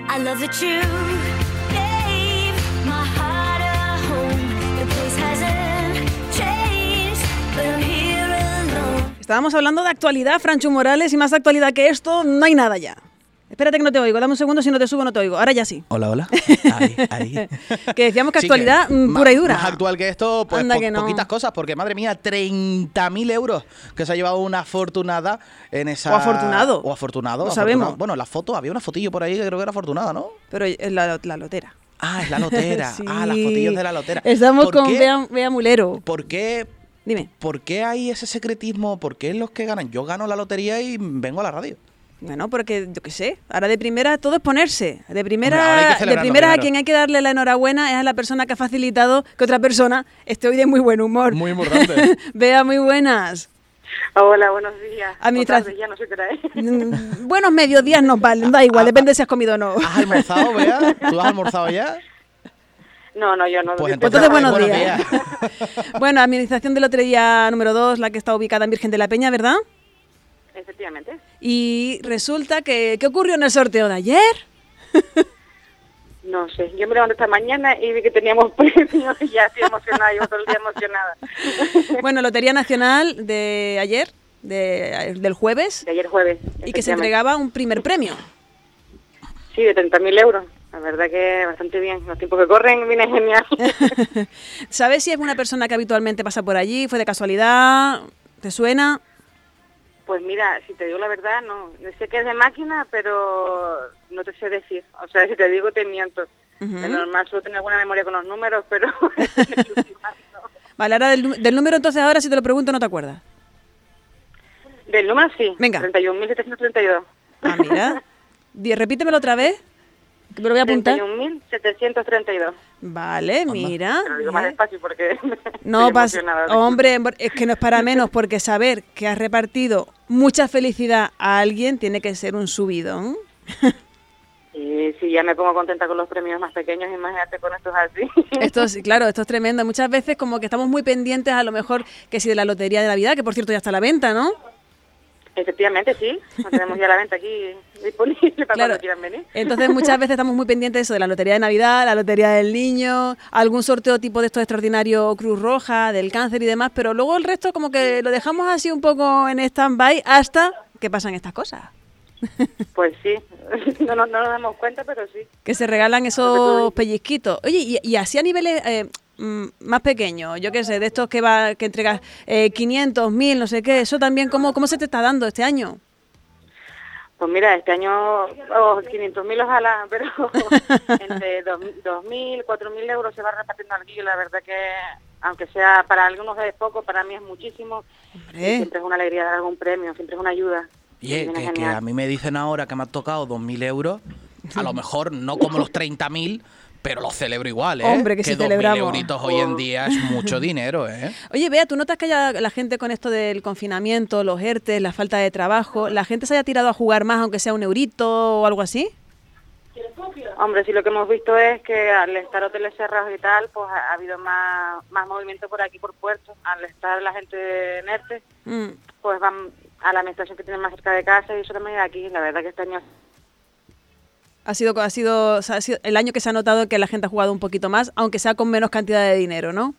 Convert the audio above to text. I love that you gave my heart a home. The place hasn't changed, but I'm here alone. Estábamos hablando de actualidad, Franchu Morales, y más actualidad que esto, no hay nada ya. Espérate que no te oigo, dame un segundo, si no te subo no te oigo. Ahora ya sí. Hola, hola. Ahí, ahí. que decíamos que Sí, actualidad mm, ma- pura y dura. Más actual que esto, pues Anda po- que no. poquitas cosas, porque madre mía, 30.000 euros que se ha llevado una afortunada en esa. O afortunado. O afortunado. Lo afortunado. sabemos. Bueno, la foto, había una fotillo por ahí que creo que era afortunada, ¿no? Pero es la, la lotera. Ah, es la lotera. Ah, las Sí. fotillos de la lotera. Estamos ¿Por con qué- Bea, Bea Mulero. ¿Por qué? Dime. ¿Por qué hay ese secretismo? ¿Por qué los que ganan? Yo gano la lotería y vengo a la radio. Bueno, porque yo qué sé, ahora de primera todo es ponerse. De Hombre, ahora hay primera, que de celebrarlo primera a primero. quien hay que darle la enhorabuena es a la persona que ha facilitado que otra persona esté hoy de muy buen humor. Muy importante. Vea, muy buenas. Hola, buenos días. Administra- O tarde, ya no sé qué hora es. Mm, Buenos mediodías nos valen, da igual, depende si has comido o no. ¿Has almorzado, Bea? ¿Tú has almorzado ya? No, no, yo no. Pues yo entonces, Entonces, tengo- buenos, buenos días. bueno, administración de lotería número 2, la que está ubicada en Virgen de la Peña, ¿verdad? Efectivamente. Y resulta que, ¿qué ocurrió en el sorteo de ayer? No sé, yo me levanté esta mañana y vi que teníamos premios y ya estoy emocionada, yo todo el día emocionada. Bueno, Lotería Nacional de ayer, de- del jueves, De ayer jueves. y que se efectivamente. entregaba un primer premio. Sí, de 30.000 euros. La verdad que bastante bien. Los tiempos que corren vienen genial. ¿Sabes si es una persona que habitualmente pasa por allí? ¿Fue de casualidad? ¿Te suena? Pues mira, si te digo la verdad, no. Sé que es de máquina, pero no te sé decir. O sea, si te digo, te miento. Ujú. De normal suelo tener alguna memoria con los números, pero... Vale, ahora del, nu- del número entonces ahora si te lo pregunto no te acuerdas. Del número sí. Venga. 31.732. Ah, mira. Di- repítemelo otra vez, que me lo voy a apuntar. Ah, 31.732. Vale, mira. Te lo digo más mira. despacio porque... No estoy pasa. emocionada ahora. Hombre, em, es que no es para menos, porque saber que has repartido mucha felicidad a alguien tiene que ser un subidón. Y si eh, ya me pongo contenta con los premios más pequeños, imagínate con estos así. Esto es, claro, esto es tremendo. Muchas veces como que estamos muy pendientes a lo mejor que si de la lotería de Navidad, que por cierto ya está a la venta, ¿no? Efectivamente, sí. Lo tenemos ya a la venta aquí disponible para Claro. cuando quieran venir. Entonces muchas veces estamos muy pendientes de eso, de la lotería de Navidad, la lotería del niño, algún sorteo tipo de esto extraordinario Cruz Roja, del cáncer y demás, pero luego el resto como que lo dejamos así un poco en stand-by hasta que pasan estas cosas. Pues sí. No, no, no nos damos cuenta, pero sí. Que se regalan esos pellizquitos. Oye, y, y así a niveles eh, mm, más pequeños, yo qué sé, de estos que va que entregas eh, 500, 1000, no sé qué, eso también, ¿cómo, ¿cómo se te está dando este año? Pues mira, este año oh, 500.000 ojalá, pero entre dos- 2.000, 4.000 euros se va repartiendo al guillo. La verdad que, aunque sea para algunos es poco, para mí es muchísimo. Y Hombre. Siempre es una alegría dar algún premio, siempre es una ayuda. Eh. Y Viene que, que genial. a mí me dicen ahora que me ha tocado 2.000 euros, a lo mejor no como los 30.000, pero los celebro igual, ¿eh? Hombre, que sí 2.000 celebramos. euritos hoy en día es mucho dinero, ¿eh? Oye, Bea, ¿tú notas que haya la gente con esto del confinamiento, los ERTE, la falta de trabajo, la gente se haya tirado a jugar más, aunque sea un eurito o algo así? Hombre, sí, lo que hemos visto es que al estar hoteles cerrados y tal, pues ha ha habido más, más movimiento por aquí, por puertos. Al estar la gente en ERTE, Mm. pues van a la administración que tienen más cerca de casa y eso también aquí. La verdad que este año Ha sido, ha, sido, o sea, ha sido el año que se ha notado que la gente ha jugado un poquito más, aunque sea con menos cantidad de dinero, ¿no?